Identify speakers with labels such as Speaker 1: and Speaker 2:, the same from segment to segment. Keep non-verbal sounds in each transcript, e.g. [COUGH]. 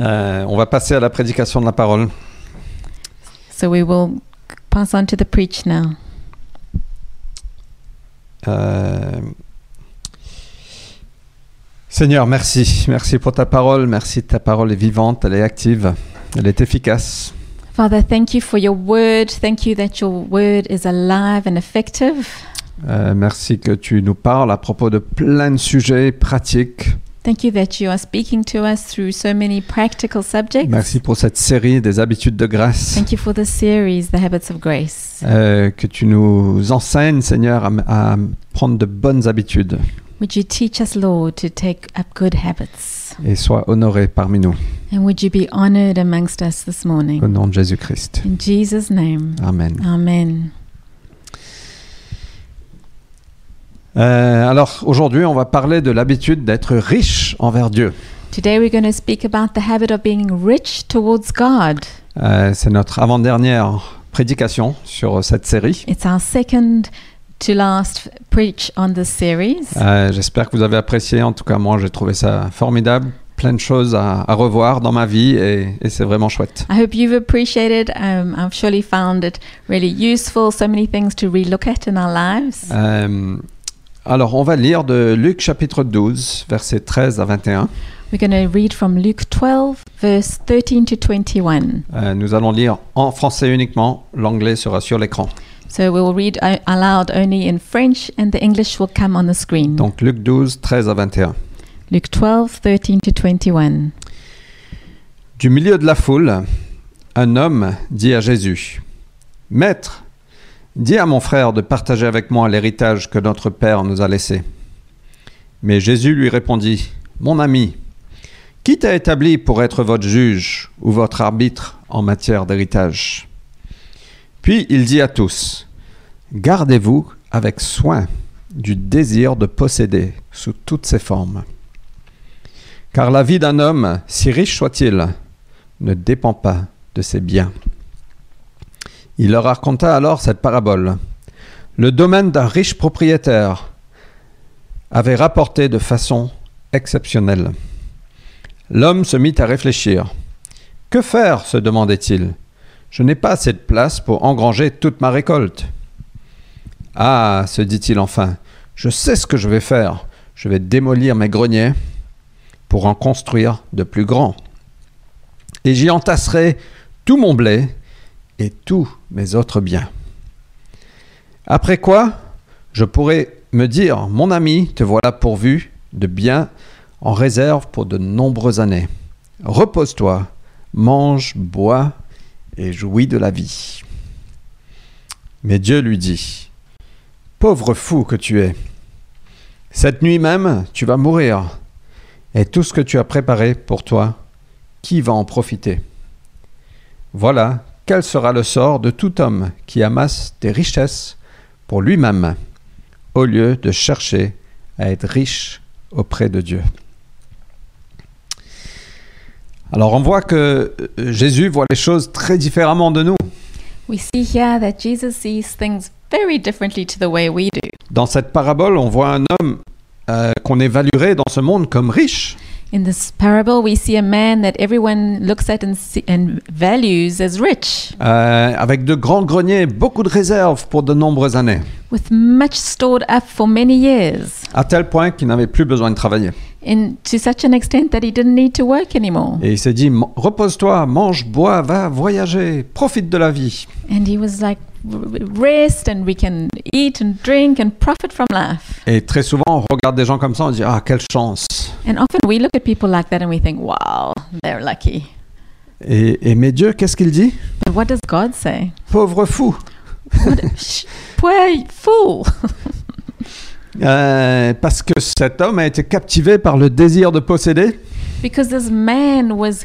Speaker 1: Euh, on va passer à la prédication de la parole.
Speaker 2: So we will pass on to the preach now.
Speaker 1: Euh, Seigneur, merci. Merci pour ta parole. Merci, ta parole est vivante, elle est active, elle est efficace.
Speaker 2: Father, thank you for your word. Thank you that your word is alive and effective.
Speaker 1: Euh, merci que tu nous parles à propos de plein de sujets pratiques.
Speaker 2: Thank you that you are speaking to us through so many practical subjects.
Speaker 1: Merci pour cette série des habitudes de grâce
Speaker 2: Thank you for the series, The Habits of Grace,
Speaker 1: euh, que tu nous enseignes, Seigneur, à, à prendre de bonnes habitudes
Speaker 2: Would you teach us, Lord, to take up good habits?
Speaker 1: et sois honoré parmi nous.
Speaker 2: And would you be honored amongst us this
Speaker 1: Au
Speaker 2: morning?
Speaker 1: nom de Jésus-Christ.
Speaker 2: In Jesus' name.
Speaker 1: Amen.
Speaker 2: Amen.
Speaker 1: Euh, alors aujourd'hui, on va parler de l'habitude d'être riche envers Dieu.
Speaker 2: Today we're going to speak about the habit of being rich towards God.
Speaker 1: Euh, C'est notre avant-dernière prédication sur cette série.
Speaker 2: It's our second to last preach on this series.
Speaker 1: Euh, J'espère que vous avez apprécié. En tout cas, moi, j'ai trouvé ça formidable. Plein de choses à, à revoir dans ma vie et, et c'est vraiment chouette.
Speaker 2: I hope you've appreciated. Um, I've surely found it really useful. So many things to relook at in our lives.
Speaker 1: Euh, alors, on va lire de Luc chapitre 12, versets 13 à 21.
Speaker 2: We're going to read from Luke 12, verse 13 to 21.
Speaker 1: Euh, nous allons lire en français uniquement. L'anglais sera sur l'écran.
Speaker 2: So we will read o- aloud only in French, and the English will come on the screen.
Speaker 1: Donc, Luc 12, 13 à 21.
Speaker 2: Luke 12, 13 to 21.
Speaker 1: Du milieu de la foule, un homme dit à Jésus, Maître, dis à mon frère de partager avec moi l'héritage que notre Père nous a laissé. Mais Jésus lui répondit, Mon ami, qui t'a établi pour être votre juge ou votre arbitre en matière d'héritage Puis il dit à tous, Gardez-vous avec soin du désir de posséder sous toutes ses formes. Car la vie d'un homme, si riche soit-il, ne dépend pas de ses biens. Il leur raconta alors cette parabole. Le domaine d'un riche propriétaire avait rapporté de façon exceptionnelle. L'homme se mit à réfléchir. Que faire se demandait-il. Je n'ai pas assez de place pour engranger toute ma récolte. Ah, se dit-il enfin, je sais ce que je vais faire. Je vais démolir mes greniers pour en construire de plus grands. Et j'y entasserai tout mon blé et tous mes autres biens. Après quoi, je pourrai me dire, mon ami, te voilà pourvu de biens en réserve pour de nombreuses années. Repose-toi, mange, bois et jouis de la vie. Mais Dieu lui dit, Pauvre fou que tu es, cette nuit même, tu vas mourir. Et tout ce que tu as préparé pour toi, qui va en profiter Voilà, quel sera le sort de tout homme qui amasse des richesses pour lui-même, au lieu de chercher à être riche auprès de Dieu Alors on voit que euh, Jésus voit les choses très différemment de nous.
Speaker 2: We see here that Jesus sees things very differently to the way we do.
Speaker 1: Dans cette parabole, on voit un homme euh, qu'on évaluerait dans ce monde comme riche.
Speaker 2: In this parable, we see a man that everyone looks at and, see, and values as rich,
Speaker 1: Euh, avec de grands greniers, beaucoup de réserves pour de nombreuses années,
Speaker 2: with much stored up for many years,
Speaker 1: à tel point qu'il n'avait plus besoin de travailler.
Speaker 2: in, to such an extent that he didn't need to work anymore.
Speaker 1: Et il s'est dit, "Mon- repose-toi, mange, bois, va voyager, profite de la vie.
Speaker 2: And he was like, "R- rest, and we can eat and drink and profit from life.
Speaker 1: Et très souvent, on regarde des gens comme ça, on dit, ah, quelle chance.
Speaker 2: And often we look at people like that and we think, wow, they're lucky.
Speaker 1: Et, et mais Dieu, qu'est-ce qu'il dit
Speaker 2: But what does God say?
Speaker 1: Pauvre fou.
Speaker 2: Shh, Poor fool.
Speaker 1: Euh, parce que cet homme a été captivé par le désir de posséder.
Speaker 2: Because this man was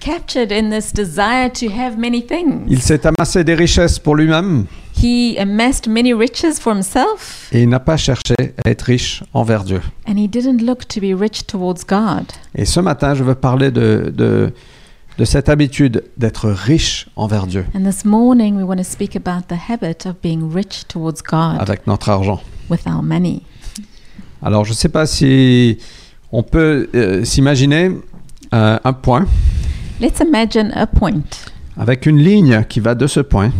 Speaker 2: captured in this desire to have many things.
Speaker 1: Il s'est amassé des richesses pour lui-même
Speaker 2: He amassed many riches for himself
Speaker 1: et il n'a pas cherché à être riche envers Dieu.
Speaker 2: and he didn't look to be rich towards God.
Speaker 1: Et ce matin, je veux parler de, de, de cette habitude d'être riche envers Dieu
Speaker 2: And this morning we want to speak about the habit of being rich towards God
Speaker 1: avec notre argent.
Speaker 2: with our money.
Speaker 1: Alors, je ne sais pas si on peut euh, s'imaginer euh, un point
Speaker 2: Let's imagine a point
Speaker 1: avec une ligne qui va de ce point.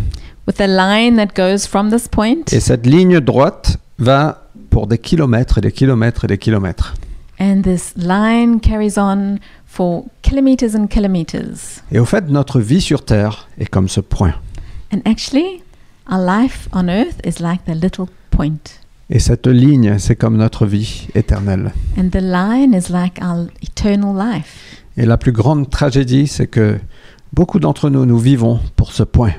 Speaker 2: with a line that goes from this point,
Speaker 1: Et cette ligne droite va pour des kilomètres et des kilomètres et des kilomètres.
Speaker 2: and this line carries on for kilometers and kilometers.
Speaker 1: Et au fait, notre vie sur Terre est comme ce point.
Speaker 2: And actually, our life on earth is like the little point,
Speaker 1: Et cette ligne, c'est comme notre vie éternelle.
Speaker 2: and the line is like our eternal life.
Speaker 1: Et la plus grande tragédie, c'est que beaucoup d'entre nous, nous vivons pour ce point.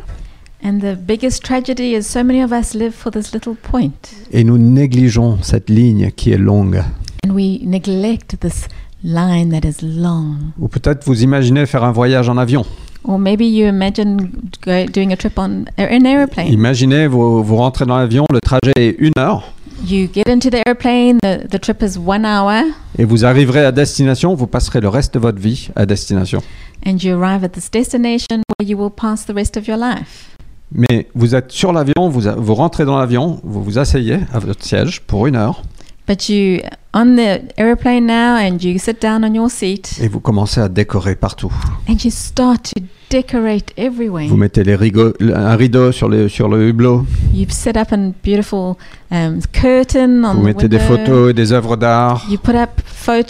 Speaker 2: And the biggest tragedy is so many of us live for this little point,
Speaker 1: Et nous négligeons cette ligne qui est longue.
Speaker 2: and we neglect this line that is long.
Speaker 1: Ou peut-être vous imaginez faire un voyage en avion.
Speaker 2: Or maybe you imagine go, doing a trip on a- an aeroplane.
Speaker 1: Imaginez, vous, vous rentrez dans l'avion, le trajet est une heure.
Speaker 2: You get into the airplane, the, the trip is one hour,
Speaker 1: Et vous arriverez à destination, vous passerez le reste de votre vie à destination.
Speaker 2: and you arrive at this destination where you will pass the rest of your life.
Speaker 1: Mais vous êtes sur l'avion, vous, a- vous rentrez dans l'avion, vous vous asseyez à votre siège pour une heure
Speaker 2: But you on the aeroplane now and you sit down on your seat
Speaker 1: et vous commencez à décorer partout.
Speaker 2: and you start to decorate everywhere.
Speaker 1: Vous mettez les rigo- un rideau sur le, sur le hublot,
Speaker 2: You set up a beautiful um, curtain on
Speaker 1: vous
Speaker 2: the
Speaker 1: mettez des
Speaker 2: window.
Speaker 1: photos et des œuvres d'art,
Speaker 2: You put up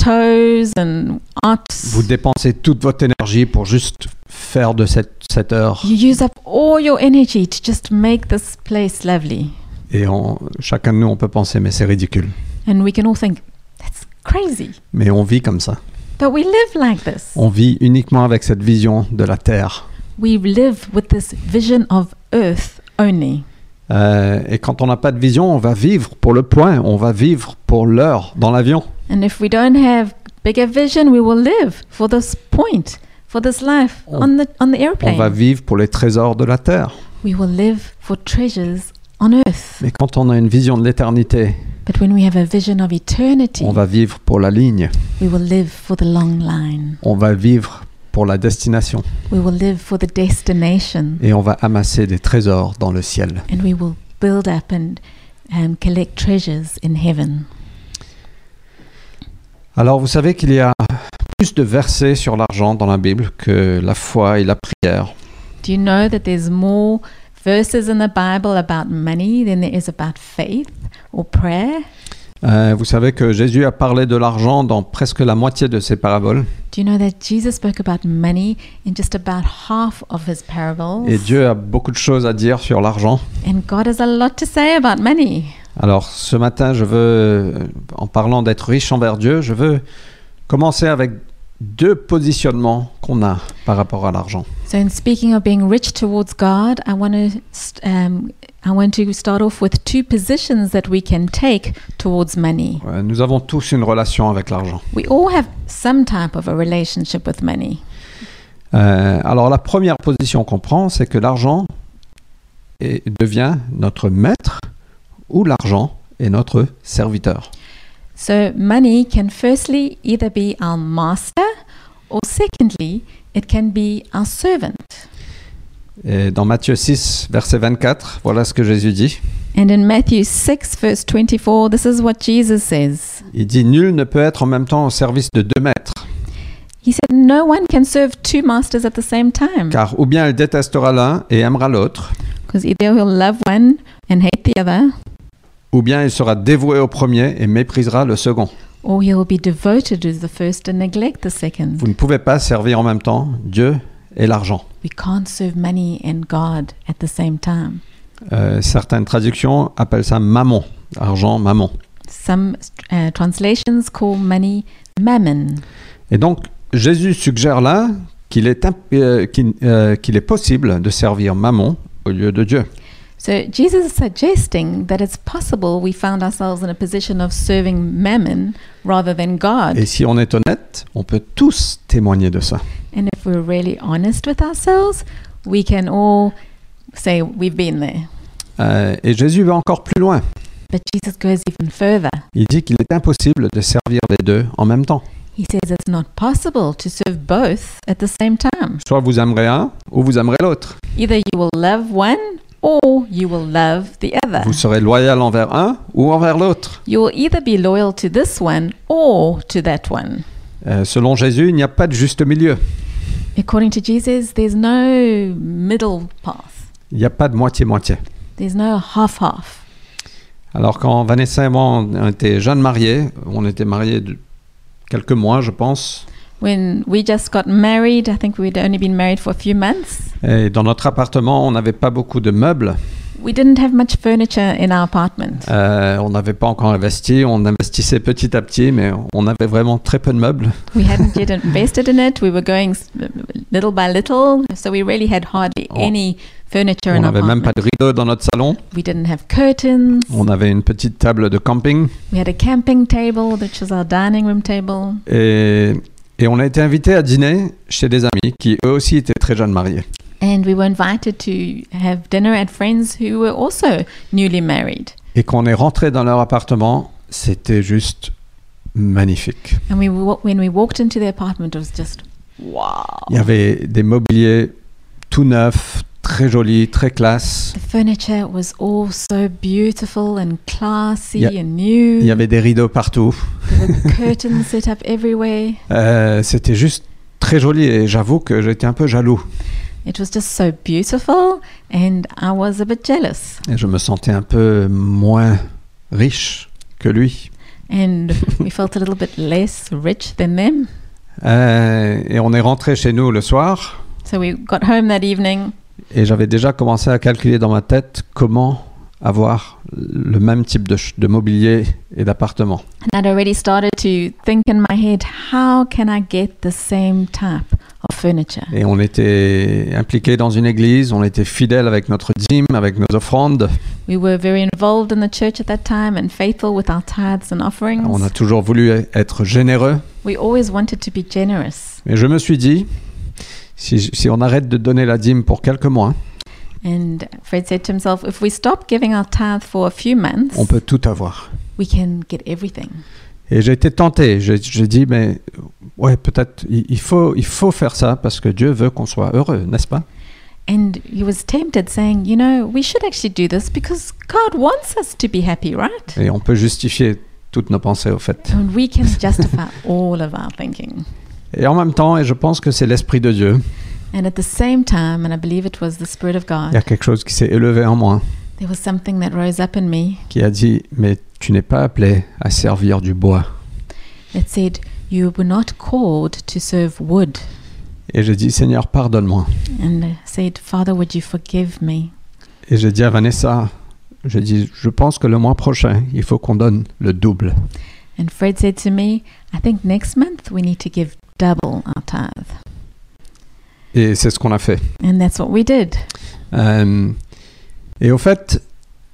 Speaker 2: photos and art.
Speaker 1: vous dépensez toute votre énergie pour juste faire de cette, cette heure.
Speaker 2: You use up all your energy to just make this place lovely.
Speaker 1: Et on- chacun de nous, on peut penser, mais c'est ridicule.
Speaker 2: And we can all think, that's crazy.
Speaker 1: Mais on vit comme ça.
Speaker 2: But we live like this.
Speaker 1: On vit uniquement avec cette vision de la Terre.
Speaker 2: We live with this vision of earth only.
Speaker 1: Euh, et quand on n'a pas de vision, on va vivre pour le point, on va vivre pour l'heure dans l'avion.
Speaker 2: And if we don't have bigger vision, we will live for this point, for this life
Speaker 1: On-
Speaker 2: on the on
Speaker 1: On
Speaker 2: the
Speaker 1: va
Speaker 2: airplane.
Speaker 1: vivre pour les trésors de la terre.
Speaker 2: We will live for treasures on earth.
Speaker 1: Mais quand on a une vision de l'éternité,
Speaker 2: But when we have a vision of eternity,
Speaker 1: on va vivre pour la ligne,
Speaker 2: we will live for the long line.
Speaker 1: on va vivre pour la destination
Speaker 2: We will live for the destination,
Speaker 1: et on va amasser des trésors dans le ciel.
Speaker 2: and we will build up and um, collect treasures in heaven.
Speaker 1: Alors vous savez qu'il y a plus de versets sur l'argent dans la Bible que la foi et la prière.
Speaker 2: Do you know that there's more verses in the Bible about money than there is about faith or prayer?
Speaker 1: Euh, vous savez que Jésus a parlé de l'argent dans presque la moitié de ses paraboles
Speaker 2: Do you know that Jesus spoke about money in just about half of his parables?
Speaker 1: et Dieu a beaucoup de choses à dire sur l'argent.
Speaker 2: And God has a lot to say about money.
Speaker 1: Alors ce matin, je veux, en parlant d'être riche envers Dieu, je veux commencer avec deux positionnements qu'on a par rapport à l'argent.
Speaker 2: So, in speaking of being rich towards God, I want to st- um, I want to start off with two positions that we can take towards money.
Speaker 1: Euh, Nous avons tous une relation avec l'argent.
Speaker 2: We all have some type of a relationship with money.
Speaker 1: Euh, alors la première position qu'on prend, c'est que l'argent est- devient notre maître ou l'argent est notre serviteur.
Speaker 2: So, money can firstly either be our master, or secondly, it can be our servant.
Speaker 1: Et dans Matthieu 6, verset 24, voilà ce que Jésus dit.
Speaker 2: And in Matthew 6, verse 24, this is what Jesus says.
Speaker 1: Il dit, Nul ne peut être en même temps au service de deux maîtres.
Speaker 2: He said, No one can serve two masters at the same time,
Speaker 1: Car ou bien il détestera l'un et aimera l'autre,
Speaker 2: because either he'll love one and hate the other,
Speaker 1: ou bien il sera dévoué au premier et méprisera le second.
Speaker 2: or he'll be devoted to the first and neglect the second.
Speaker 1: Vous ne pouvez pas servir en même temps Dieu et l'argent.
Speaker 2: We can't serve money and God at the same time.
Speaker 1: Euh, certaines traductions appellent ça mammon, argent, mammon.
Speaker 2: Some uh, translations call money mammon.
Speaker 1: Et donc Jésus suggère là qu'il est, imp- euh, qu'il- euh, qu'il est possible de servir mammon au lieu de Dieu.
Speaker 2: So Jesus is suggesting that it's possible we found ourselves in a position of serving mammon rather than God.
Speaker 1: Et si on est honnête, on peut tous témoigner de ça.
Speaker 2: And if we're really honest with ourselves, we can all say we've been there.
Speaker 1: Euh, et Jésus va encore plus loin.
Speaker 2: But Jesus goes even further.
Speaker 1: Il dit qu'il est impossible de servir les deux en même temps.
Speaker 2: He says it's not possible to serve both at the same time.
Speaker 1: Soit vous aimerez un ou vous aimerez l'autre.
Speaker 2: Either you will love one or you will love the other.
Speaker 1: Vous serez loyal envers un ou envers l'autre.
Speaker 2: You will either be loyal to this one or to that one.
Speaker 1: Euh, selon Jésus, il n'y a pas de juste milieu.
Speaker 2: According to Jesus, there's no middle path,
Speaker 1: Il n'y a pas de moitié-moitié.
Speaker 2: there's no half half.
Speaker 1: Alors quand Vanessa et moi, on était jeunes mariés, on était mariés de quelques mois, je pense,
Speaker 2: When we just got married, I think we'd only been married for a few months.
Speaker 1: et dans notre appartement, on n'avait pas beaucoup de meubles,
Speaker 2: We didn't have much furniture in our apartment.
Speaker 1: Euh, on n'avait pas encore investi, on investissait petit à petit, mais on avait vraiment très peu de meubles.
Speaker 2: We hadn't yet invested in it. We were going s- little by little, so we really had hardly
Speaker 1: On-
Speaker 2: any furniture
Speaker 1: On
Speaker 2: in our
Speaker 1: n'avait même
Speaker 2: apartment.
Speaker 1: pas de rideau dans notre salon,
Speaker 2: We didn't have curtains.
Speaker 1: on avait une petite table de camping,
Speaker 2: We had a camping table, which was our dining room table.
Speaker 1: et, et on a été invité à dîner chez des amis qui eux aussi étaient très jeunes mariés.
Speaker 2: And we were invited to have dinner at friends who were also newly married.
Speaker 1: Et quand on est rentré dans leur appartement, c'était juste magnifique.
Speaker 2: And we wa- when we walked into the apartment, it was just wow.
Speaker 1: Il y avait des mobiliers tout neufs, très jolis, très classe.
Speaker 2: The furniture was all so beautiful and classy
Speaker 1: Yeah.
Speaker 2: and
Speaker 1: [LAUGHS]
Speaker 2: new.
Speaker 1: Il y avait des rideaux partout.
Speaker 2: There were curtains set up everywhere.
Speaker 1: Euh, c'était juste très joli et j'avoue que j'étais un peu jaloux.
Speaker 2: It was just so beautiful, and I was a bit jealous.
Speaker 1: Et je me sentais un peu moins riche que lui.
Speaker 2: And we felt a little bit less rich than them.
Speaker 1: Euh, et on est rentré chez nous le soir
Speaker 2: So we got home that evening,
Speaker 1: et j'avais déjà commencé à calculer dans ma tête comment avoir le même type de, ch- de mobilier et d'appartement.
Speaker 2: and I'd already started to think in my head, how can I get the same type of furniture?
Speaker 1: Et on était impliqués dans une église, on était fidèles avec notre dîme, avec nos offrandes.
Speaker 2: We were very involved in the church at that time and faithful with our tithes and offerings.
Speaker 1: On a toujours voulu être généreux.
Speaker 2: We always wanted to be generous.
Speaker 1: Mais je me suis dit, si, si on arrête de donner la dîme pour quelques mois,
Speaker 2: And Fred said to himself, if we stop giving our tithe for a few months,
Speaker 1: on peut tout avoir.
Speaker 2: we can get everything.
Speaker 1: Et j'ai été tenté. J'ai j'ai dit, mais ouais, peut-être il, il faut, il faut faire ça parce que Dieu veut qu'on soit heureux, n'est-ce pas
Speaker 2: And he was tempted, saying, You know, we should actually do this because God wants us to be happy, right?
Speaker 1: Et on peut justifier toutes nos pensées au fait.
Speaker 2: And we can justify all of our thinking.
Speaker 1: Et en même temps, et je pense que c'est l'esprit de Dieu,
Speaker 2: And at the same time, and I believe it was the Spirit of
Speaker 1: il y a
Speaker 2: God,
Speaker 1: quelque chose qui s'est élevé en moi,
Speaker 2: there was something that rose up in me
Speaker 1: qui a dit, mais tu n'es pas appelé à servir du bois.
Speaker 2: that said, You were not called to serve wood.
Speaker 1: Et j'ai dit, Seigneur, pardonne-moi.
Speaker 2: And I said, Father, would you forgive me?
Speaker 1: Et j'ai dit à Vanessa, j'ai dit, je pense que le mois prochain, il faut qu'on donne le double.
Speaker 2: And Fred said to me, I think next month we need to give double our tithe.
Speaker 1: Et c'est ce qu'on a fait.
Speaker 2: And that's what we did.
Speaker 1: Euh, et au fait,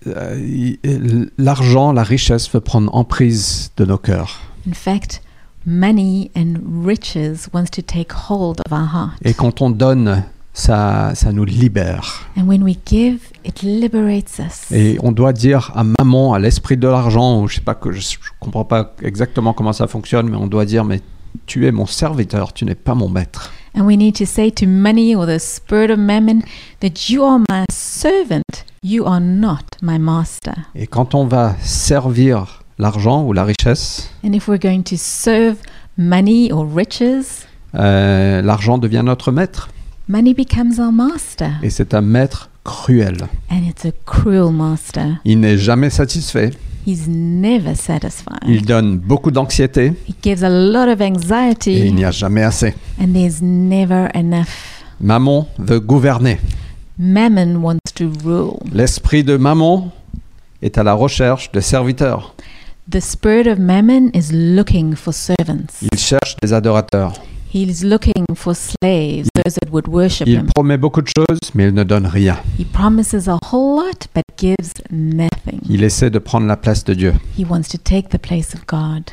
Speaker 1: euh, il- l'argent, la richesse veut prendre emprise de nos cœurs.
Speaker 2: In fact, money and riches wants to take hold of our heart.
Speaker 1: Et quand on donne, ça, ça nous libère.
Speaker 2: And when we give, it liberates us.
Speaker 1: Et on doit dire à maman, à l'esprit de l'argent, ou je sais pas que je, je comprends pas exactement comment ça fonctionne, mais on doit dire, mais tu es mon serviteur, tu n'es pas mon maître.
Speaker 2: And we need to say to money or the spirit of mammon that you are my servant, you are not my master.
Speaker 1: Et quand on va servir l'argent ou la richesse,
Speaker 2: And if we're going to serve money or riches,
Speaker 1: Euh, l'argent devient notre maître.
Speaker 2: money becomes our master.
Speaker 1: Et c'est un maître cruel.
Speaker 2: And it's a cruel master.
Speaker 1: Il n'est jamais satisfait.
Speaker 2: He's never satisfied.
Speaker 1: Il donne beaucoup d'anxiété
Speaker 2: He gives a lot of
Speaker 1: et il
Speaker 2: anxiety,
Speaker 1: n'y a jamais assez.
Speaker 2: and there's never enough.
Speaker 1: Maman veut gouverner.
Speaker 2: Mammon wants to rule.
Speaker 1: L'esprit de maman est à la recherche de serviteurs.
Speaker 2: The spirit of Mammon is looking for servants.
Speaker 1: Il cherche des adorateurs.
Speaker 2: He's looking for slaves, those that would worship
Speaker 1: Il
Speaker 2: him.
Speaker 1: promet beaucoup de choses, mais il ne donne rien.
Speaker 2: He promises a whole lot but gives nothing.
Speaker 1: Il essaie de prendre la place de Dieu.
Speaker 2: He wants to take the place of God.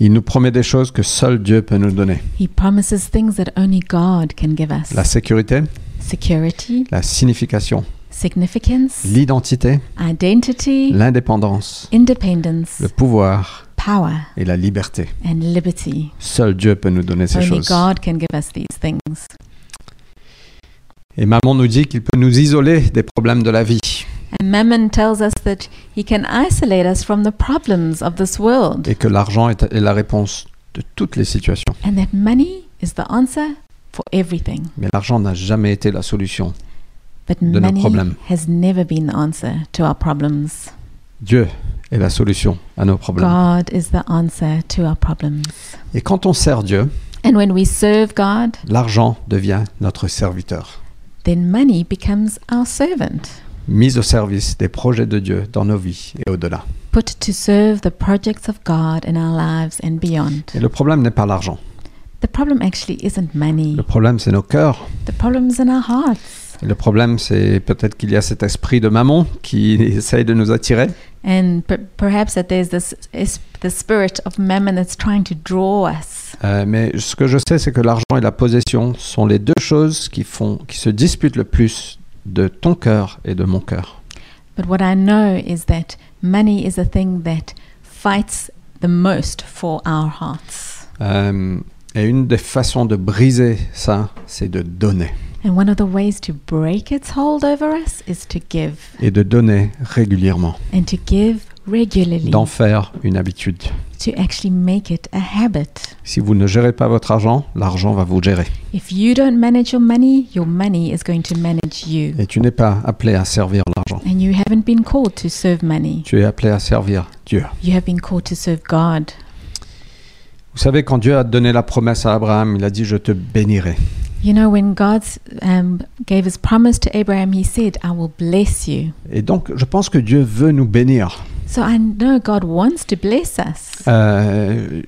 Speaker 1: Il nous promet des choses que seul Dieu peut nous donner.
Speaker 2: He promises things that only God can give us
Speaker 1: La sécurité,
Speaker 2: security,
Speaker 1: la signification,
Speaker 2: significance,
Speaker 1: l'identité,
Speaker 2: identity,
Speaker 1: l'indépendance,
Speaker 2: independence,
Speaker 1: le pouvoir
Speaker 2: power,
Speaker 1: et la liberté.
Speaker 2: and liberty.
Speaker 1: Seul Dieu peut nous donner ces
Speaker 2: Only
Speaker 1: choses.
Speaker 2: God can give us these things.
Speaker 1: Et maman nous dit qu'il peut nous isoler des problèmes de la vie.
Speaker 2: And Mammon tells us that he can isolate us from the problems of this world
Speaker 1: Et que l'argent est est la réponse de toutes les situations.
Speaker 2: and that money is the answer for everything.
Speaker 1: Mais l'argent n'a jamais été la solution.
Speaker 2: But
Speaker 1: De nos
Speaker 2: money
Speaker 1: problèmes.
Speaker 2: has never been the answer to our problems.
Speaker 1: Dieu est la solution à nos problèmes.
Speaker 2: God is the answer to our problems.
Speaker 1: Et quand on sert Dieu,
Speaker 2: And when we serve God,
Speaker 1: l'argent devient notre serviteur,
Speaker 2: then money becomes our servant,
Speaker 1: mis au service des projets de Dieu dans nos vies et au-delà.
Speaker 2: put to serve the projects of God in our lives and beyond.
Speaker 1: Et le problème n'est pas l'argent.
Speaker 2: The problem actually isn't money.
Speaker 1: Le problème, c'est nos cœurs.
Speaker 2: The problem's in our hearts.
Speaker 1: Et le problème, c'est peut-être qu'il y a cet esprit de maman qui essaye de nous attirer.
Speaker 2: And per- perhaps that there's this is the spirit of mammon that's trying to draw us.
Speaker 1: Euh, mais ce que je sais, c'est que l'argent et la possession sont les deux choses qui, font, qui se disputent le plus de ton cœur et de mon cœur.
Speaker 2: But what I know is that money is a thing that fights the most for our hearts.
Speaker 1: Euh, et une des façons de briser ça, c'est de donner.
Speaker 2: And one of the ways to break its hold over us is to give
Speaker 1: Et de donner régulièrement,
Speaker 2: and to give regularly,
Speaker 1: d'en faire une habitude.
Speaker 2: to actually make it a habit.
Speaker 1: Si vous ne gérez pas votre argent, l'argent va vous gérer.
Speaker 2: If you don't manage your money, your money is going to manage you.
Speaker 1: Et tu n'es pas appelé à servir l'argent.
Speaker 2: And you haven't been called to serve money,
Speaker 1: Tu es appelé à servir Dieu.
Speaker 2: you have been called to serve God.
Speaker 1: Vous savez, quand Dieu a donné la promesse à Abraham, il a dit, je te bénirai.
Speaker 2: You know, when God um, gave his promise to Abraham, he said, I will bless you.
Speaker 1: Et donc, je pense que Dieu veut nous bénir.
Speaker 2: So I know God wants to bless us.
Speaker 1: Euh,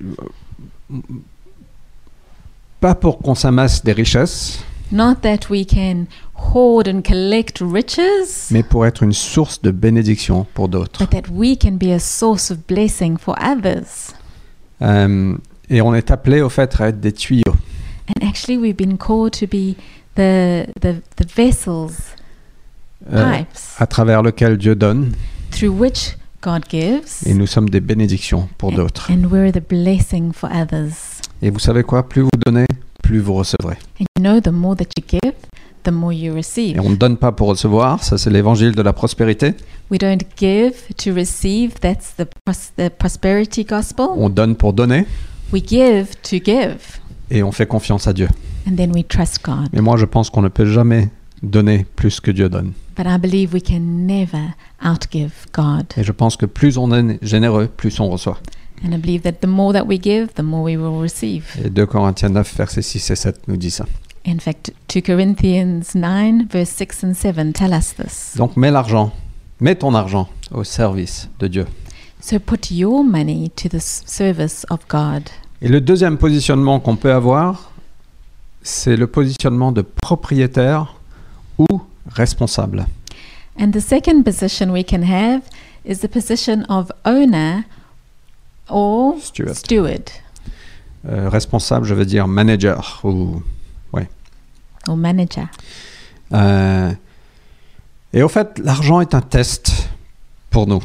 Speaker 1: pas pour qu'on s'amasse des richesses,
Speaker 2: Not that we can hoard and collect riches,
Speaker 1: mais pour être une source de bénédiction pour d'autres.
Speaker 2: but that we can be a source of blessing for others.
Speaker 1: Euh, et on est appelé au fait à être des tuyaux.
Speaker 2: And actually, we've been called to be the, the, the vessels, Ah
Speaker 1: euh,
Speaker 2: pipes,
Speaker 1: à travers lequel Dieu donne,
Speaker 2: through which God gives,
Speaker 1: et nous sommes des bénédictions pour
Speaker 2: a-
Speaker 1: d'autres.
Speaker 2: and we're the blessing for others.
Speaker 1: Et vous savez quoi Plus vous donnez, plus vous recevrez.
Speaker 2: And you know, the more that you give, the more you receive.
Speaker 1: Et on ne donne pas pour recevoir, ça c'est l'évangile de la prospérité.
Speaker 2: We don't give to receive. That's the pros- the prosperity gospel.
Speaker 1: On donne pour donner,
Speaker 2: We give to give,
Speaker 1: et on fait confiance à Dieu.
Speaker 2: and then we trust God.
Speaker 1: Mais moi je pense qu'on ne peut jamais donner plus que Dieu donne.
Speaker 2: But I believe we can never outgive God,
Speaker 1: Et je pense que plus on est généreux, plus on reçoit.
Speaker 2: and I believe that the more that we give, the more we will receive.
Speaker 1: Et 2 Corinthiens 9, versets 6 et 7 nous dit ça.
Speaker 2: In fact, 2 Corinthians 9, verse 6 and 7 tell us this.
Speaker 1: Donc mets l'argent, mets ton argent au service de Dieu.
Speaker 2: So put your money to the s- service of God.
Speaker 1: Et le deuxième positionnement qu'on peut avoir, c'est le positionnement de propriétaire ou responsable.
Speaker 2: And the second position we can have is the position of owner or
Speaker 1: Steward.
Speaker 2: steward.
Speaker 1: Euh, responsable, je veux dire manager. Ou,
Speaker 2: or manager.
Speaker 1: euh, et au fait, l'argent est un test pour nous,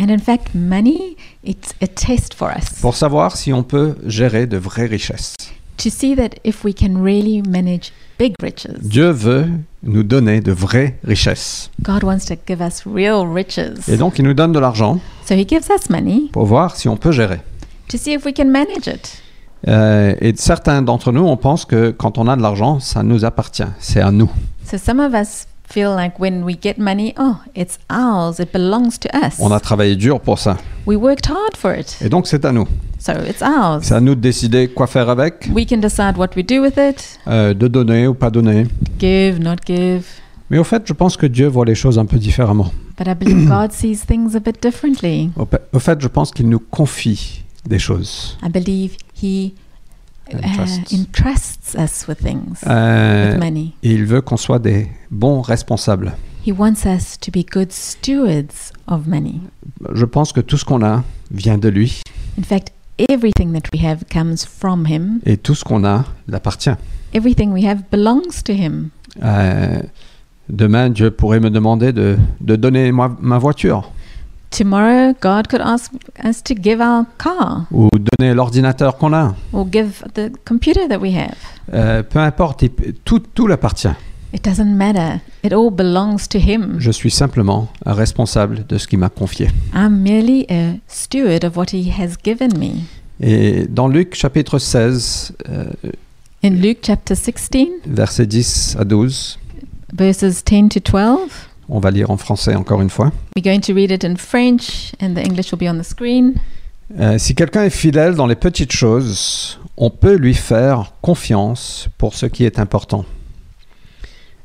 Speaker 2: And in fact, money, it's a test for us
Speaker 1: pour savoir si on peut gérer de vraies richesses.
Speaker 2: to see that if we can really manage big riches.
Speaker 1: Dieu veut nous donner de vraies richesses.
Speaker 2: God wants to give us real riches.
Speaker 1: Et donc, il nous donne de l'argent
Speaker 2: So he gives us money
Speaker 1: pour voir si on peut gérer.
Speaker 2: to see if we can manage it.
Speaker 1: Euh, et certains d'entre nous, on pense que quand on a de l'argent, ça nous appartient, c'est à nous.
Speaker 2: So some of us feel like when we get money, oh, it's ours, it belongs to us.
Speaker 1: On a travaillé dur pour ça.
Speaker 2: We worked hard for it,
Speaker 1: Et donc c'est à nous.
Speaker 2: so it's ours.
Speaker 1: C'est à nous de décider quoi faire avec,
Speaker 2: We can decide what we do with it
Speaker 1: euh, de donner ou pas donner.
Speaker 2: give, not give.
Speaker 1: Mais au fait, je pense que Dieu voit les choses un peu différemment.
Speaker 2: But I
Speaker 1: [CLEARS THROAT]
Speaker 2: believe God sees things a bit differently.
Speaker 1: Au, pa- au fait, je pense qu'il nous confie des choses.
Speaker 2: I believe He
Speaker 1: And
Speaker 2: uh,
Speaker 1: trusts.
Speaker 2: entrusts us with things,
Speaker 1: Euh,
Speaker 2: with money.
Speaker 1: et il veut qu'on soit des bons responsables.
Speaker 2: He wants us to be good stewards of money.
Speaker 1: Je pense que tout ce qu'on a vient de lui
Speaker 2: In fact, everything that we have comes from Him,
Speaker 1: et tout ce qu'on a l'appartient.
Speaker 2: everything we have belongs to Him.
Speaker 1: Euh, demain, Dieu pourrait me demander de, de donner moi- ma voiture.
Speaker 2: Tomorrow, God could ask us to give our car
Speaker 1: ou donner l'ordinateur qu'on a.
Speaker 2: or give the computer that we have.
Speaker 1: Euh, peu importe, il peut- tout, tout l'appartient.
Speaker 2: It doesn't matter. It all belongs to Him.
Speaker 1: Je suis simplement un responsable de ce qu'il m'a confié.
Speaker 2: I'm merely a steward of what He has given me.
Speaker 1: Et dans Luc chapitre 16, euh,
Speaker 2: In Luke chapter 16,
Speaker 1: versets 10 à 12.
Speaker 2: verses 10 to 12,
Speaker 1: On va lire en français encore une fois.
Speaker 2: we're going to read it in French and the English will be on the screen.
Speaker 1: Euh, si quelqu'un est fidèle dans les petites choses, on peut lui faire confiance pour ce qui est important.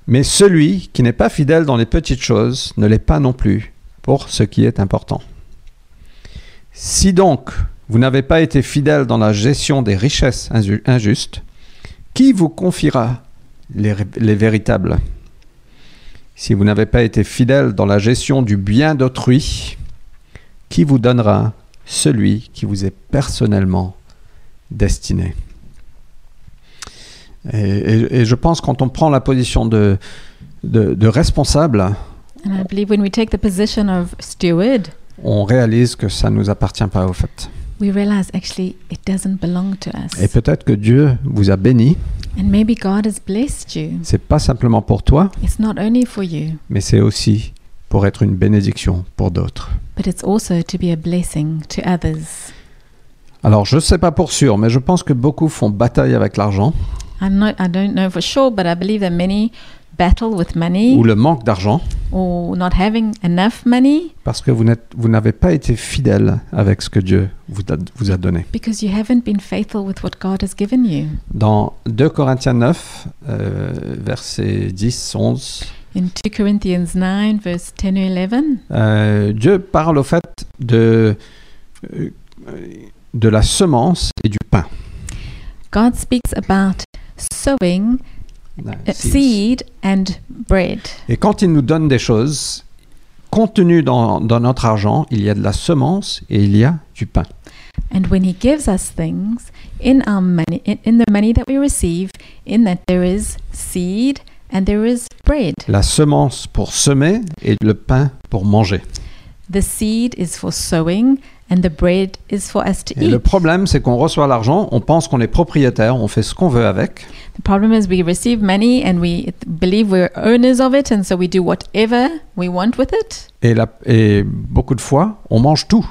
Speaker 1: Mais celui qui n'est pas fidèle dans les petites choses ne l'est pas non plus pour ce qui est important. Si donc vous n'avez pas été fidèle dans la gestion des richesses inju- injustes, qui vous confiera les, ré- les véritables Si vous n'avez pas été fidèle dans la gestion du bien d'autrui, qui vous donnera celui qui vous est personnellement destiné. Et, et- et je pense quand on prend la position de, de- de responsable,
Speaker 2: And I believe when we take the position of steward,
Speaker 1: on réalise que ça ne nous appartient pas au fait.
Speaker 2: we realize actually it doesn't belong to us.
Speaker 1: Et peut-être que Dieu vous a béni.
Speaker 2: And maybe God has blessed you.
Speaker 1: C'est pas simplement pour toi,
Speaker 2: It's not only for you,
Speaker 1: mais c'est aussi pour être une bénédiction pour d'autres.
Speaker 2: but it's also to be a blessing to others.
Speaker 1: Alors je ne sais pas pour sûr, mais je pense que beaucoup font bataille avec l'argent
Speaker 2: I'm not, I don't know for sure, but I believe that many battle with money
Speaker 1: ou le manque d'argent
Speaker 2: or not having enough money
Speaker 1: parce que vous n'êtes- vous n'avez pas été fidèle avec ce que Dieu vous a- vous a donné.
Speaker 2: because you haven't been faithful with what God has given you.
Speaker 1: Dans 2 Corinthiens 9, euh, versets 10, 11,
Speaker 2: In 2 Corinthians 9, verse 10 or 11,
Speaker 1: euh, Dieu parle au fait de, euh, de la semence et du pain.
Speaker 2: God speaks about sowing uh, seed and bread.
Speaker 1: Euh, Et quand il nous donne des choses, contenu dans, dans notre argent, il y a de la semence et il y a du pain.
Speaker 2: And when He gives us things in our money, in, in the money that we receive, in that there is seed and there is bread.
Speaker 1: La semence pour semer et le pain pour manger.
Speaker 2: The seed is for sowing, and the bread is for us to
Speaker 1: Et le
Speaker 2: eat.
Speaker 1: problème, c'est qu'on reçoit l'argent, on pense qu'on est propriétaire, on fait ce qu'on veut avec.
Speaker 2: The problem is we receive money and we believe we're owners of it, and so we do whatever we want with it.
Speaker 1: Et, la- et beaucoup de fois, on mange tout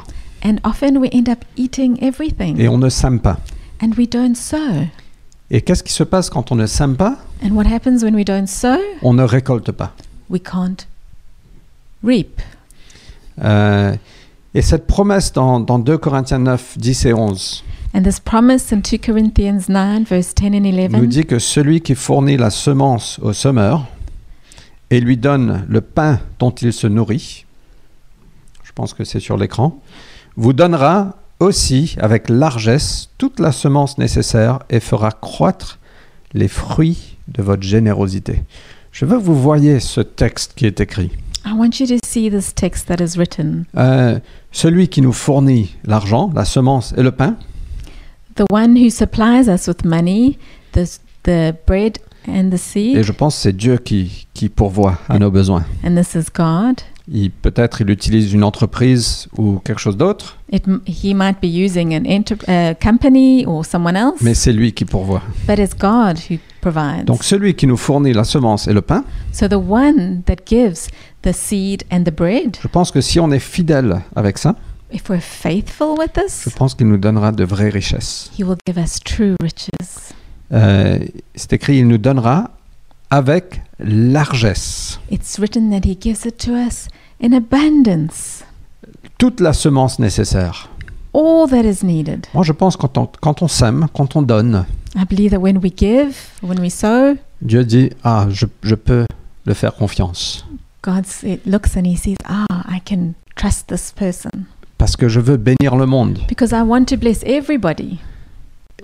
Speaker 2: And often we end up eating everything,
Speaker 1: et on ne sème pas.
Speaker 2: and we don't sow.
Speaker 1: Et qu'est-ce qui se passe quand on ne sème pas
Speaker 2: And what happens when we don't sow?
Speaker 1: On ne récolte pas.
Speaker 2: We can't reap.
Speaker 1: Euh, et cette promesse dans, dans 2 Corinthiens 9, 10 et 11
Speaker 2: And this promise in 2 Corinthians 9, verse 10 and
Speaker 1: nous
Speaker 2: 11,
Speaker 1: dit que celui qui fournit la semence au semeur et lui donne le pain dont il se nourrit, je pense que c'est sur l'écran, vous donnera aussi avec largesse toute la semence nécessaire et fera croître les fruits de votre générosité. Je veux que vous voyez ce texte qui est écrit.
Speaker 2: I want you to see this text that is written.
Speaker 1: Euh, celui qui nous fournit l'argent, la semence et le pain,
Speaker 2: The one who supplies us with money, the, the bread and the seed,
Speaker 1: et je pense que c'est Dieu qui, qui pourvoit à nos besoins.
Speaker 2: and this is God.
Speaker 1: Il- Peut-être il utilise une entreprise ou quelque chose d'autre,
Speaker 2: It, m- he might be using an enter- uh, company or someone else,
Speaker 1: mais c'est lui qui pourvoit.
Speaker 2: but it's God who provides.
Speaker 1: Donc celui qui nous fournit la semence et le pain,
Speaker 2: so the one that gives the seed and the bread,
Speaker 1: je pense que si on est fidèle avec ça,
Speaker 2: if we're faithful with
Speaker 1: je
Speaker 2: this,
Speaker 1: pense qu'il nous donnera de vraies richesses.
Speaker 2: he will give us true riches.
Speaker 1: Euh, c'est écrit, il nous donnera avec largesse
Speaker 2: It's written that he gives it to us in abundance,
Speaker 1: toute la semence nécessaire.
Speaker 2: all that is needed.
Speaker 1: Moi je pense quand on, quand on sème, quand on donne,
Speaker 2: I believe that when we give, when we sow,
Speaker 1: Dieu dit, ah, je, je peux le faire confiance
Speaker 2: God s- it looks and he sees, ah, I can trust this person
Speaker 1: parce que je veux bénir le monde.
Speaker 2: because I want to bless everybody.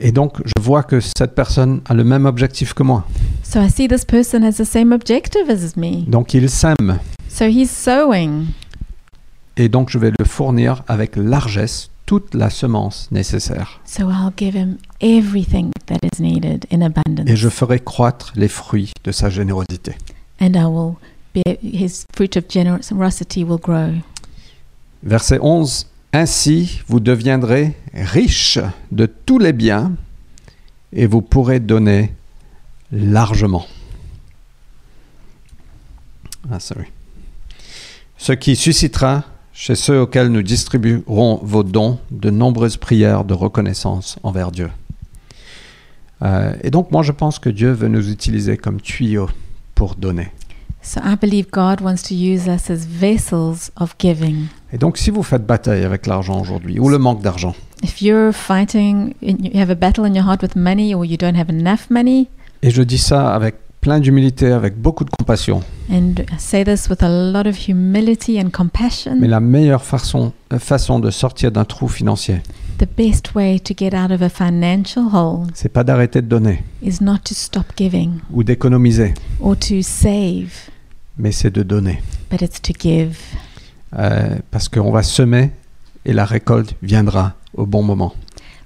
Speaker 1: Et donc, je vois que cette personne a le même objectif que moi.
Speaker 2: So I see this person has the same objective as me.
Speaker 1: Donc, il sème.
Speaker 2: So he's sowing,
Speaker 1: Et donc, je vais le fournir avec largesse toute la semence nécessaire.
Speaker 2: so I'll give him everything that is needed in abundance,
Speaker 1: Et je ferai croître les fruits de sa générosité.
Speaker 2: and I will be his fruit of generosity will grow.
Speaker 1: Verset 11. Ainsi, vous deviendrez riches de tous les biens et vous pourrez donner largement. Ah, sorry. Ce qui suscitera chez ceux auxquels nous distribuerons vos dons de nombreuses prières de reconnaissance envers Dieu. Euh, et donc moi je pense que Dieu veut nous utiliser comme tuyaux pour donner.
Speaker 2: So I believe God wants to use us as vessels of giving.
Speaker 1: Et donc si vous faites bataille avec l'argent aujourd'hui ou le manque d'argent,
Speaker 2: If you're fighting, and you have a battle in your heart with money or you don't have enough money,
Speaker 1: et je dis ça avec plein d'humilité, avec beaucoup de compassion,
Speaker 2: and I say this with a lot of humility and compassion,
Speaker 1: mais la meilleure façon, euh, façon de sortir d'un trou financier,
Speaker 2: the best way to get out of a financial hole
Speaker 1: c'est pas d'arrêter de donner
Speaker 2: is not to stop giving
Speaker 1: ou d'économiser,
Speaker 2: or to save,
Speaker 1: mais c'est de donner.
Speaker 2: but it's to give.
Speaker 1: Euh, parce qu'on va semer et la récolte viendra au bon moment.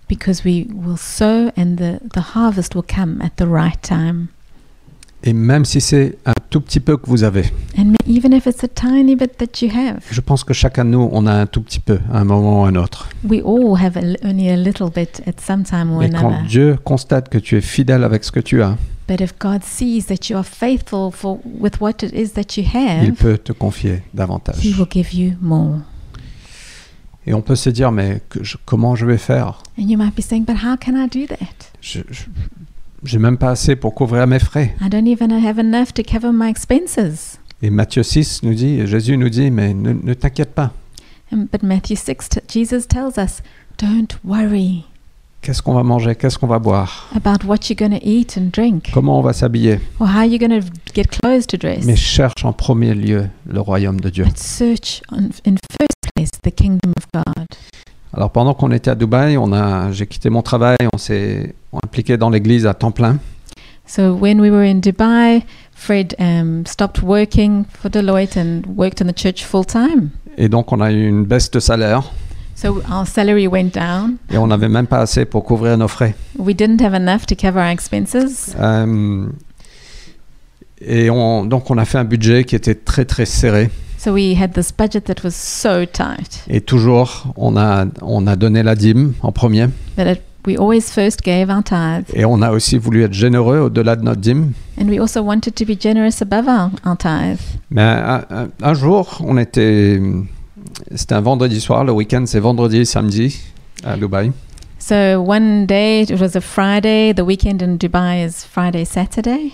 Speaker 2: Because we will sow and the, the harvest will come at the right time.
Speaker 1: Et même si c'est un tout petit peu que vous avez,
Speaker 2: And even if it's a tiny bit that you have,
Speaker 1: je pense que chacun de nous, on a un tout petit peu à un moment ou à un autre.
Speaker 2: We all have a l only a little bit at some time or
Speaker 1: Mais quand
Speaker 2: another.
Speaker 1: Dieu constate que tu es fidèle avec ce que tu as,
Speaker 2: But if God sees that you are faithful for with what it is that you
Speaker 1: il
Speaker 2: have,
Speaker 1: peut te confier
Speaker 2: He
Speaker 1: davantage.
Speaker 2: will give you more.
Speaker 1: Et on peut se dire, mais que je- comment je vais faire
Speaker 2: And you might be saying, "But how can I do that?
Speaker 1: Je n'ai même pas assez pour couvrir mes frais.
Speaker 2: I don't even have enough to cover my expenses."
Speaker 1: Et Matthieu 6 nous dit, Jésus nous dit, mais ne, ne t'inquiète pas.
Speaker 2: And, Um, but Matthew six, t- Jesus tells us, "Don't worry
Speaker 1: Qu'est-ce qu'on va manger Qu'est-ce qu'on va boire
Speaker 2: about what you're going to eat and drink,
Speaker 1: Comment on va s'habiller
Speaker 2: or how you're going to get clothes to dress,
Speaker 1: Mais cherche en premier lieu le royaume de Dieu.
Speaker 2: but search on, in first place the kingdom of God."
Speaker 1: Alors pendant qu'on était à Dubaï, on a, j'ai quitté mon travail, on s'est impliqué dans l'église à temps plein.
Speaker 2: So when we were in Dubai, Fred um, stopped working for Deloitte and worked in the church full time.
Speaker 1: Et donc on a eu une baisse de salaire
Speaker 2: So our salary went down.
Speaker 1: et on n'avait même pas assez pour couvrir nos frais.
Speaker 2: We didn't have enough to cover our expenses.
Speaker 1: Euh, et on- donc on a fait un budget qui était très très serré.
Speaker 2: So we had this budget that was so tight.
Speaker 1: Et toujours, on a, on a donné la dîme en premier.
Speaker 2: But it, we always first gave our tithe.
Speaker 1: Et on a aussi voulu être généreux au-delà de notre dîme.
Speaker 2: And we also wanted to be generous above our, our tithe.
Speaker 1: Mais un, un- un jour, on était... C'était un vendredi soir, le week-end c'est vendredi et samedi à Dubaï.
Speaker 2: So one day, it was a Friday. The weekend in Dubai is Friday, Saturday.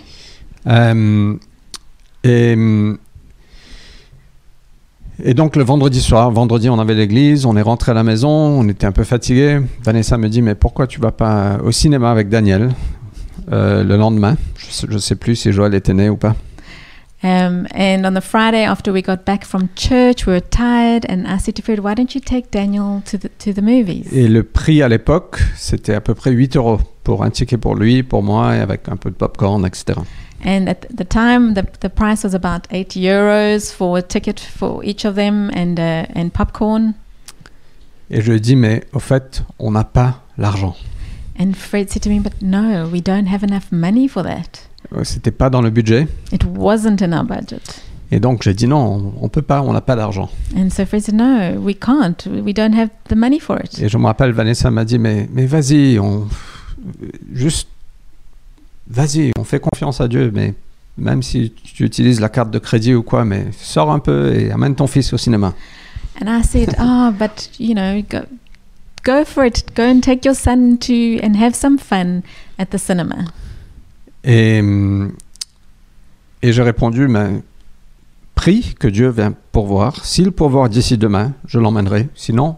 Speaker 1: Euh, et, et donc le vendredi soir, vendredi on avait l'église, on est rentré à la maison, on était un peu fatigué. Vanessa me dit mais pourquoi tu vas pas au cinéma avec Daniel euh, le lendemain Je sais, je sais plus si Joël était né ou pas.
Speaker 2: Um, and on the Friday after we got back from church, we were tired, and I said to Fred, "Why don't you take Daniel to the to the movies?"
Speaker 1: Et le prix à l'époque c'était à peu près 8 euros pour un ticket pour lui, pour moi et avec un peu de popcorn, etc.
Speaker 2: And at the time, the the price was about eight euros for a ticket for each of them, and uh, and popcorn.
Speaker 1: Et je lui dis mais au fait on n'a pas l'argent.
Speaker 2: And Fred said to me, "But no, we don't have enough money for that.
Speaker 1: Euh, C'était pas dans le budget.
Speaker 2: It wasn't in our budget."
Speaker 1: Et donc j'ai dit non, on peut pas, on n'a pas d'argent.
Speaker 2: And so Fred said, "No, we can't. We don't have the money for it."
Speaker 1: Et je me rappelle, Vanessa m'a dit, mais, mais vas-y, on... Juste, vas-y, on fait confiance à Dieu, mais même si tu utilises la carte de crédit ou quoi, mais sors un peu et amène ton fils au cinéma.
Speaker 2: And I said, "Ah, but you know, go, go for it. Go and take your son to and have some fun at the cinema."
Speaker 1: Et, hum, et j'ai répondu, mais prie que Dieu vienne pourvoir. S'il pourvoit d'ici demain, je l'emmènerai. Sinon,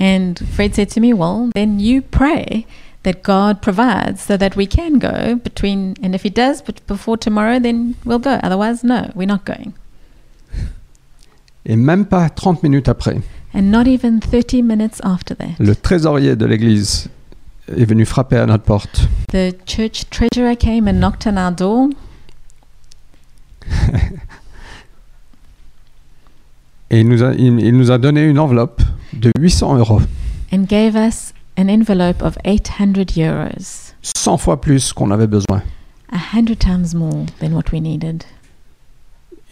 Speaker 2: And Fred said to me, "Well, then you pray that God provides so that we can go between. And if He does, but before tomorrow, then we'll go. Otherwise, no, we're not going."
Speaker 1: et même pas 30 minutes après,
Speaker 2: And not even 30 minutes after that,
Speaker 1: le trésorier de l'église est venu frapper à notre porte.
Speaker 2: the church treasurer came and knocked on our door.
Speaker 1: Et il nous a, il- il nous a donné une enveloppe de 800 euros.
Speaker 2: and gave us an envelope of 800 euros,
Speaker 1: 100 fois plus qu'on avait besoin.
Speaker 2: a hundred times more than what we needed.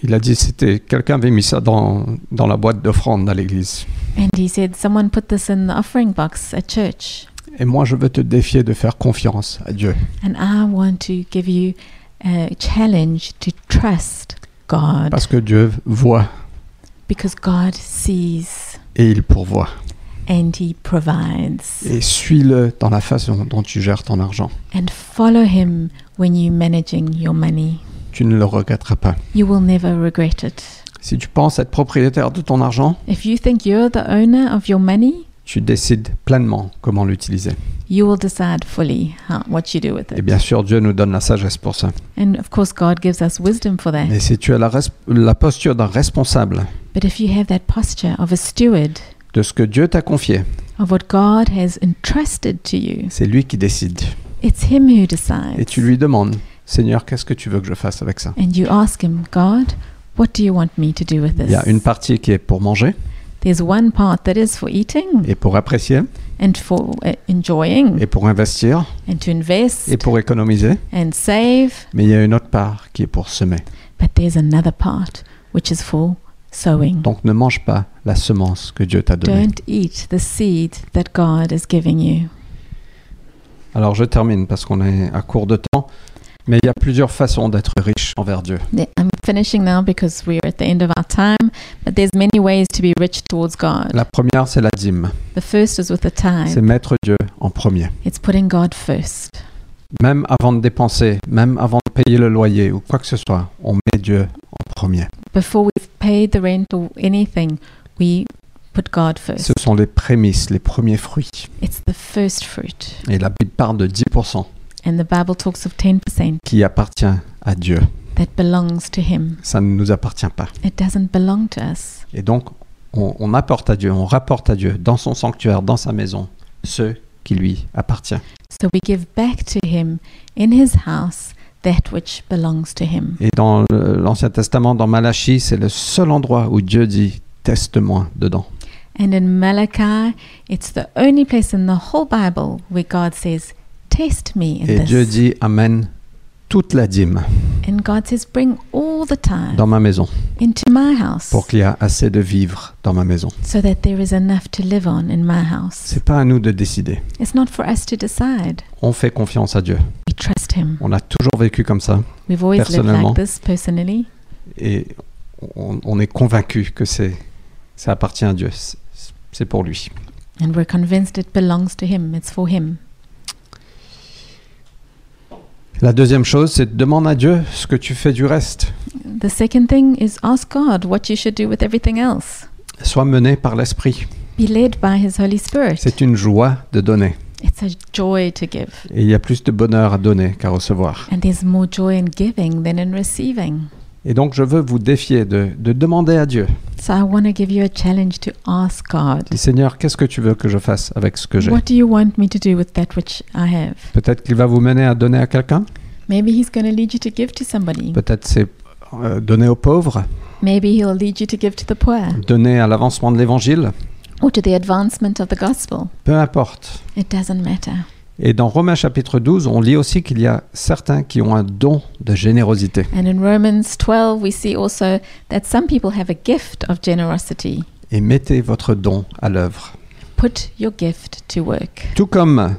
Speaker 1: Il a dit c'était quelqu'un avait mis ça dans, dans la boîte d'offrande à l'église.
Speaker 2: And he said, Someone put this in the offering box at church,
Speaker 1: Et moi je veux te défier de faire confiance à Dieu.
Speaker 2: and I want to give you a challenge to trust God
Speaker 1: Parce que Dieu voit
Speaker 2: because God sees
Speaker 1: et il pourvoit.
Speaker 2: and he provides.
Speaker 1: et suis-le dans la façon dont tu gères ton argent.
Speaker 2: And follow him when you're managing your money.
Speaker 1: Tu ne le regretteras pas.
Speaker 2: You will never regret it.
Speaker 1: Si tu penses être propriétaire de ton argent,
Speaker 2: If you think you're the owner of your money,
Speaker 1: tu décides pleinement comment l'utiliser.
Speaker 2: you will decide fully how, what you do with
Speaker 1: Et
Speaker 2: it.
Speaker 1: bien sûr, Dieu nous donne la sagesse pour ça.
Speaker 2: And of course, God gives us wisdom for that.
Speaker 1: Mais si tu as la, res- la posture d'un responsable
Speaker 2: But if you have that posture of a steward,
Speaker 1: de ce que Dieu t'a confié,
Speaker 2: of what God has entrusted to you,
Speaker 1: c'est lui qui décide.
Speaker 2: it's Him who decides.
Speaker 1: Et tu lui demandes, Seigneur, qu'est-ce que tu veux que je fasse avec ça
Speaker 2: And you ask Him, God, what do you want me to do with
Speaker 1: Il y a une
Speaker 2: this?
Speaker 1: partie qui est pour manger
Speaker 2: There's one part that is for eating
Speaker 1: et pour apprécier
Speaker 2: and for uh, enjoying
Speaker 1: et pour investir
Speaker 2: and to invest
Speaker 1: et pour économiser,
Speaker 2: and save,
Speaker 1: mais il y a une autre part qui est pour semer.
Speaker 2: but there's another part which is for sowing.
Speaker 1: Donc ne mange pas la semence que Dieu t'a donnée.
Speaker 2: Don't eat the seed that God is giving you.
Speaker 1: Alors je termine parce qu'on est à court de temps, mais il y a plusieurs façons d'être riche envers Dieu.
Speaker 2: Yeah, I'm finishing now because we're at the end of our time, but there's many ways to be rich towards God.
Speaker 1: La première, c'est la dîme.
Speaker 2: The first is with the
Speaker 1: C'est
Speaker 2: tithe.
Speaker 1: mettre Dieu en premier.
Speaker 2: It's putting God first.
Speaker 1: Même avant de dépenser, même avant de payer le loyer ou quoi que ce soit, on met Dieu en premier.
Speaker 2: Before we've paid the rent or anything, we put God first.
Speaker 1: Ce sont les prémices, les premiers fruits.
Speaker 2: It's the first fruit.
Speaker 1: Et la Bible parle de 10%
Speaker 2: And the Bible talks of 10%
Speaker 1: qui appartient à Dieu.
Speaker 2: that belongs to Him.
Speaker 1: Ça ne nous appartient pas.
Speaker 2: It doesn't belong to us.
Speaker 1: Et donc, on, on apporte à Dieu, on rapporte à Dieu, dans son sanctuaire, dans sa maison, ce qui lui appartient.
Speaker 2: So we give back to Him in His house that which belongs to Him.
Speaker 1: Et dans le- l'Ancien Testament, dans Malachie, c'est le seul endroit où Dieu dit teste-moi dedans.
Speaker 2: And in Malachi, it's the only place in the whole Bible where God says, Test me in
Speaker 1: Et
Speaker 2: this.
Speaker 1: Dieu dit amène toute la dîme
Speaker 2: And God says, Bring all the tithe
Speaker 1: dans ma maison
Speaker 2: into my house
Speaker 1: pour qu'il y ait assez de vivre dans ma maison.
Speaker 2: so that there is enough to live on in my house.
Speaker 1: C'est pas à nous de décider.
Speaker 2: It's not for us to decide.
Speaker 1: On fait confiance à Dieu.
Speaker 2: We trust Him.
Speaker 1: On a toujours vécu comme ça
Speaker 2: We've always lived
Speaker 1: Personnellement.
Speaker 2: like this personally.
Speaker 1: et on, on est convaincu que c'est ça appartient à Dieu. C'est- C'est pour lui.
Speaker 2: And we're convinced it belongs to Him. It's for Him.
Speaker 1: La deuxième chose, c'est demande à Dieu ce que tu fais du reste.
Speaker 2: The second thing is ask God what you should do with everything else.
Speaker 1: Sois mené par l'esprit.
Speaker 2: Be led by His Holy Spirit.
Speaker 1: C'est une joie de donner.
Speaker 2: It's a joy to give.
Speaker 1: Et il y a plus de bonheur à donner qu'à recevoir.
Speaker 2: And there's more joy in giving than in receiving.
Speaker 1: Et donc je veux vous défier de, de demander à Dieu,
Speaker 2: So I want to give you a challenge to ask God,
Speaker 1: Dis, Seigneur, qu'est-ce que tu veux que je fasse avec ce que j'ai
Speaker 2: what do you want me to do with that which I have?
Speaker 1: Peut-être qu'il va vous mener à donner à quelqu'un,
Speaker 2: Maybe He's going to lead you to give to somebody.
Speaker 1: peut-être c'est euh, donner aux pauvres,
Speaker 2: Maybe He'll lead you to give to the poor
Speaker 1: donner à l'avancement de l'évangile,
Speaker 2: or to the advancement of the gospel.
Speaker 1: peu importe.
Speaker 2: It doesn't matter.
Speaker 1: Et dans Romains chapitre 12, on lit aussi qu'il y a certains qui ont un don de générosité.
Speaker 2: And in Romans 12, we see also that some people have a gift of generosity.
Speaker 1: Et mettez votre don à l'œuvre.
Speaker 2: Put your gift to work.
Speaker 1: Tout comme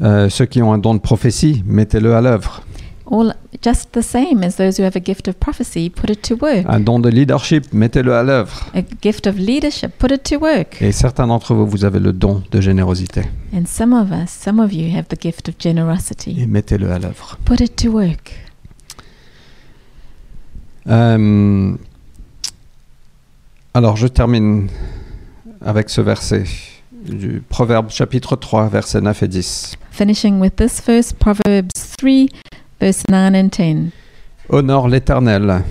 Speaker 1: euh, ceux qui ont un don de prophétie, mettez-le à l'œuvre.
Speaker 2: All just the same as those who have a gift of prophecy, put it to work.
Speaker 1: Un don de leadership, mettez-le à l'œuvre.
Speaker 2: A gift of leadership, put it to work.
Speaker 1: Et certains d'entre vous, vous avez le don de générosité.
Speaker 2: And some of us, some of you have the gift of
Speaker 1: Et
Speaker 2: generosity.
Speaker 1: mettez-le à l'œuvre.
Speaker 2: Put it to work.
Speaker 1: Euh, alors, je termine avec ce verset du Proverbe chapitre 3, versets 9 et 10.
Speaker 2: Finishing with this verse, Proverbs 3, verse 9 and 10.
Speaker 1: Honore l'Éternel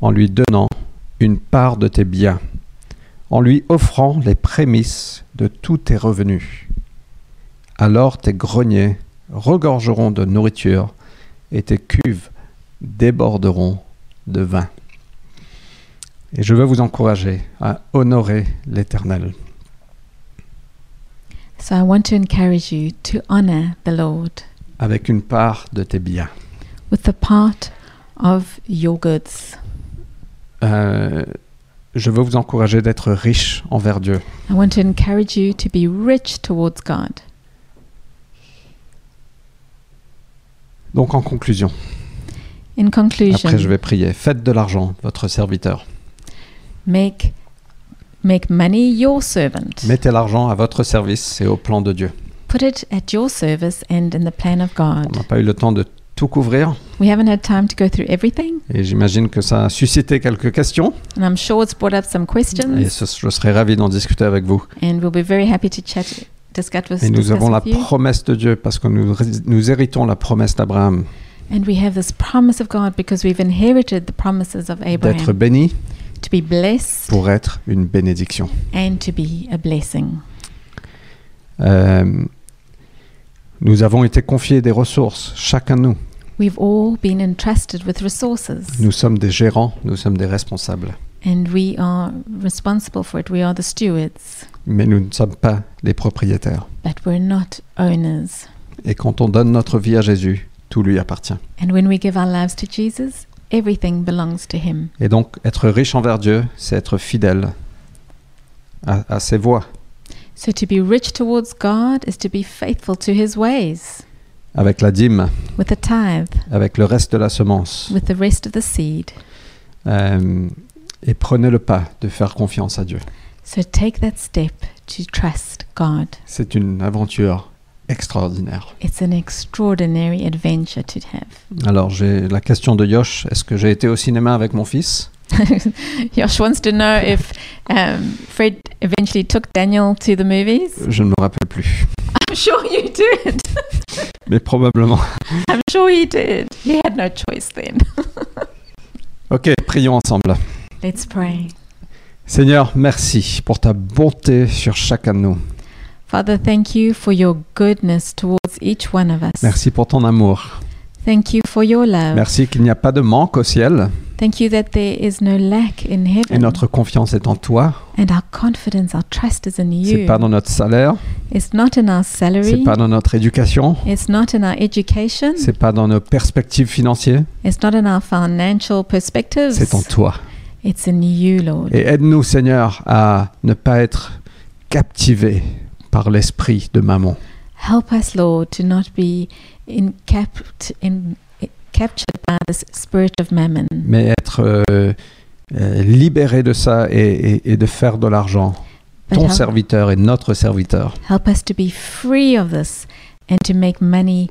Speaker 1: en lui donnant une part de tes biens, en lui offrant les prémices de tous tes revenus. Alors tes greniers regorgeront de nourriture et tes cuves déborderont de vin. Et je veux vous encourager à honorer l'Éternel.
Speaker 2: So I want to encourage you to honor the Lord
Speaker 1: avec une part de tes biens.
Speaker 2: with the part of your goods.
Speaker 1: Euh, je veux vous encourager d'être riche envers Dieu.
Speaker 2: I want to encourage you to be rich towards God.
Speaker 1: Donc en conclusion,
Speaker 2: In
Speaker 1: après je
Speaker 2: conclusion,
Speaker 1: vais prier, faites de l'argent votre serviteur.
Speaker 2: make Make money your servant.
Speaker 1: Mettez l'argent à votre service et au plan de Dieu.
Speaker 2: Put it at your service and in the plan of
Speaker 1: On n'a
Speaker 2: God.
Speaker 1: pas eu le temps de tout couvrir
Speaker 2: We haven't had time to go through everything,
Speaker 1: et j'imagine que ça a suscité quelques questions
Speaker 2: and I'm sure it's brought up some
Speaker 1: et
Speaker 2: questions,
Speaker 1: ce- je serais ravi d'en discuter avec vous.
Speaker 2: and we'll be very happy to chat, discuss with,
Speaker 1: Et nous
Speaker 2: discuss
Speaker 1: avons la
Speaker 2: with you.
Speaker 1: promesse de Dieu parce que nous, nous héritons la promesse d'Abraham
Speaker 2: And we have this promise of God because we've inherited the promises of
Speaker 1: d'être
Speaker 2: Abraham
Speaker 1: béni
Speaker 2: to be blessed
Speaker 1: pour être une bénédiction.
Speaker 2: and to be a blessing.
Speaker 1: Euh, nous avons été confiés des ressources, chacun de nous.
Speaker 2: We've all been entrusted with resources,
Speaker 1: Nous sommes des gérants, nous sommes des responsables.
Speaker 2: and we are responsible for it. We are the stewards,
Speaker 1: Mais nous ne sommes pas les propriétaires.
Speaker 2: but we're not owners.
Speaker 1: Et quand on donne notre vie à Jésus, tout lui appartient.
Speaker 2: And when we give our lives to Jesus, everything belongs to Him.
Speaker 1: Et donc, être riche envers Dieu, c'est être fidèle à, à ses voies,
Speaker 2: So to be rich towards God is to be faithful to His ways,
Speaker 1: avec la dîme,
Speaker 2: with the tithe,
Speaker 1: avec le reste de la semence.
Speaker 2: with the rest of the seed.
Speaker 1: Euh, et prenez le pas de faire confiance à Dieu.
Speaker 2: So take that step to trust God.
Speaker 1: C'est une aventure extraordinaire.
Speaker 2: It's an extraordinary adventure to have. [LAUGHS]
Speaker 1: Alors, j'ai la question de Yosh est-ce que j'ai été au cinéma avec mon fils
Speaker 2: Josh wants to know if um, Fred eventually took Daniel to the movies. [LAUGHS]
Speaker 1: Je ne me rappelle plus.
Speaker 2: I'm sure you did.
Speaker 1: Mais probablement. [LAUGHS]
Speaker 2: I'm sure you did. He had no choice then.
Speaker 1: Ok, prions ensemble.
Speaker 2: Let's pray.
Speaker 1: Seigneur, merci pour ta bonté sur chacun de nous.
Speaker 2: Father, thank you for your goodness towards each one of us.
Speaker 1: Merci pour ton amour.
Speaker 2: Thank you for your love.
Speaker 1: Merci qu'il n'y a pas de manque au ciel.
Speaker 2: Thank you that there is no lack in
Speaker 1: Et
Speaker 2: heaven.
Speaker 1: notre confiance est en toi.
Speaker 2: And our confidence, our trust is in
Speaker 1: C'est
Speaker 2: you.
Speaker 1: pas dans notre salaire,
Speaker 2: It's not in our
Speaker 1: c'est
Speaker 2: salary.
Speaker 1: pas dans notre éducation,
Speaker 2: It's not in our education.
Speaker 1: c'est pas dans nos perspectives financières,
Speaker 2: It's not in our financial perspectives.
Speaker 1: c'est en toi.
Speaker 2: It's in you, Lord.
Speaker 1: Et aide-nous, Seigneur, à ne pas être captivés par l'esprit de maman,
Speaker 2: Help us, Lord, to not be in capt- in, captured by this spirit of mammon,
Speaker 1: mais être euh, euh, libérés de ça et, et- et de faire de l'argent.
Speaker 2: but
Speaker 1: Ton
Speaker 2: help,
Speaker 1: serviteur et notre serviteur.
Speaker 2: help us to be free of this and to make money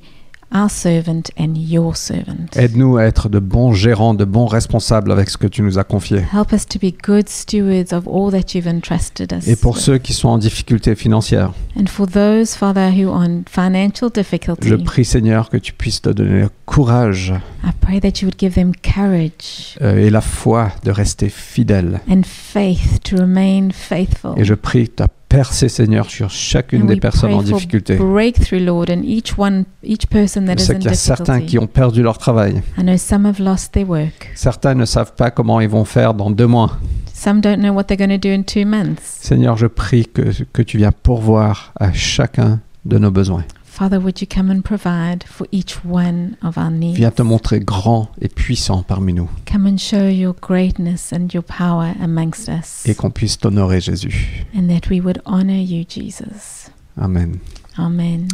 Speaker 2: our servant and your servant.
Speaker 1: Aide-nous à être de bons gérants, de bons responsables avec ce que tu nous as confié.
Speaker 2: Help us to be good stewards of all that you've entrusted us.
Speaker 1: Et pour
Speaker 2: with.
Speaker 1: ceux qui sont en difficulté financière,
Speaker 2: and for those, Father, who are in financial difficulty,
Speaker 1: je prie, Seigneur, que tu puisses te donner le courage
Speaker 2: I pray that you would give them courage
Speaker 1: euh, et la foi de rester fidèle.
Speaker 2: and faith to remain faithful.
Speaker 1: Et je prie ta percée, Seigneur, sur chacune
Speaker 2: And
Speaker 1: des
Speaker 2: we
Speaker 1: personnes
Speaker 2: pray
Speaker 1: en
Speaker 2: for
Speaker 1: difficulté.
Speaker 2: breakthrough, Lord, in each one, each person that
Speaker 1: Je
Speaker 2: is
Speaker 1: sais
Speaker 2: in
Speaker 1: qu'il y a certains
Speaker 2: difficulty.
Speaker 1: qui ont perdu leur travail.
Speaker 2: I know some have lost their work.
Speaker 1: Certains ne savent pas comment ils vont faire dans deux mois.
Speaker 2: Some don't know what they're going to do in two months.
Speaker 1: Seigneur, je prie que, que tu viens pourvoir à chacun de nos besoins.
Speaker 2: Father, would you come and provide for each one of our needs?
Speaker 1: Viens te montrer grand et puissant parmi nous
Speaker 2: Come and show your greatness and your power amongst us,
Speaker 1: et qu'on puisse t'honorer, Jésus.
Speaker 2: and that we would honor you, Jesus.
Speaker 1: Amen.
Speaker 2: Amen.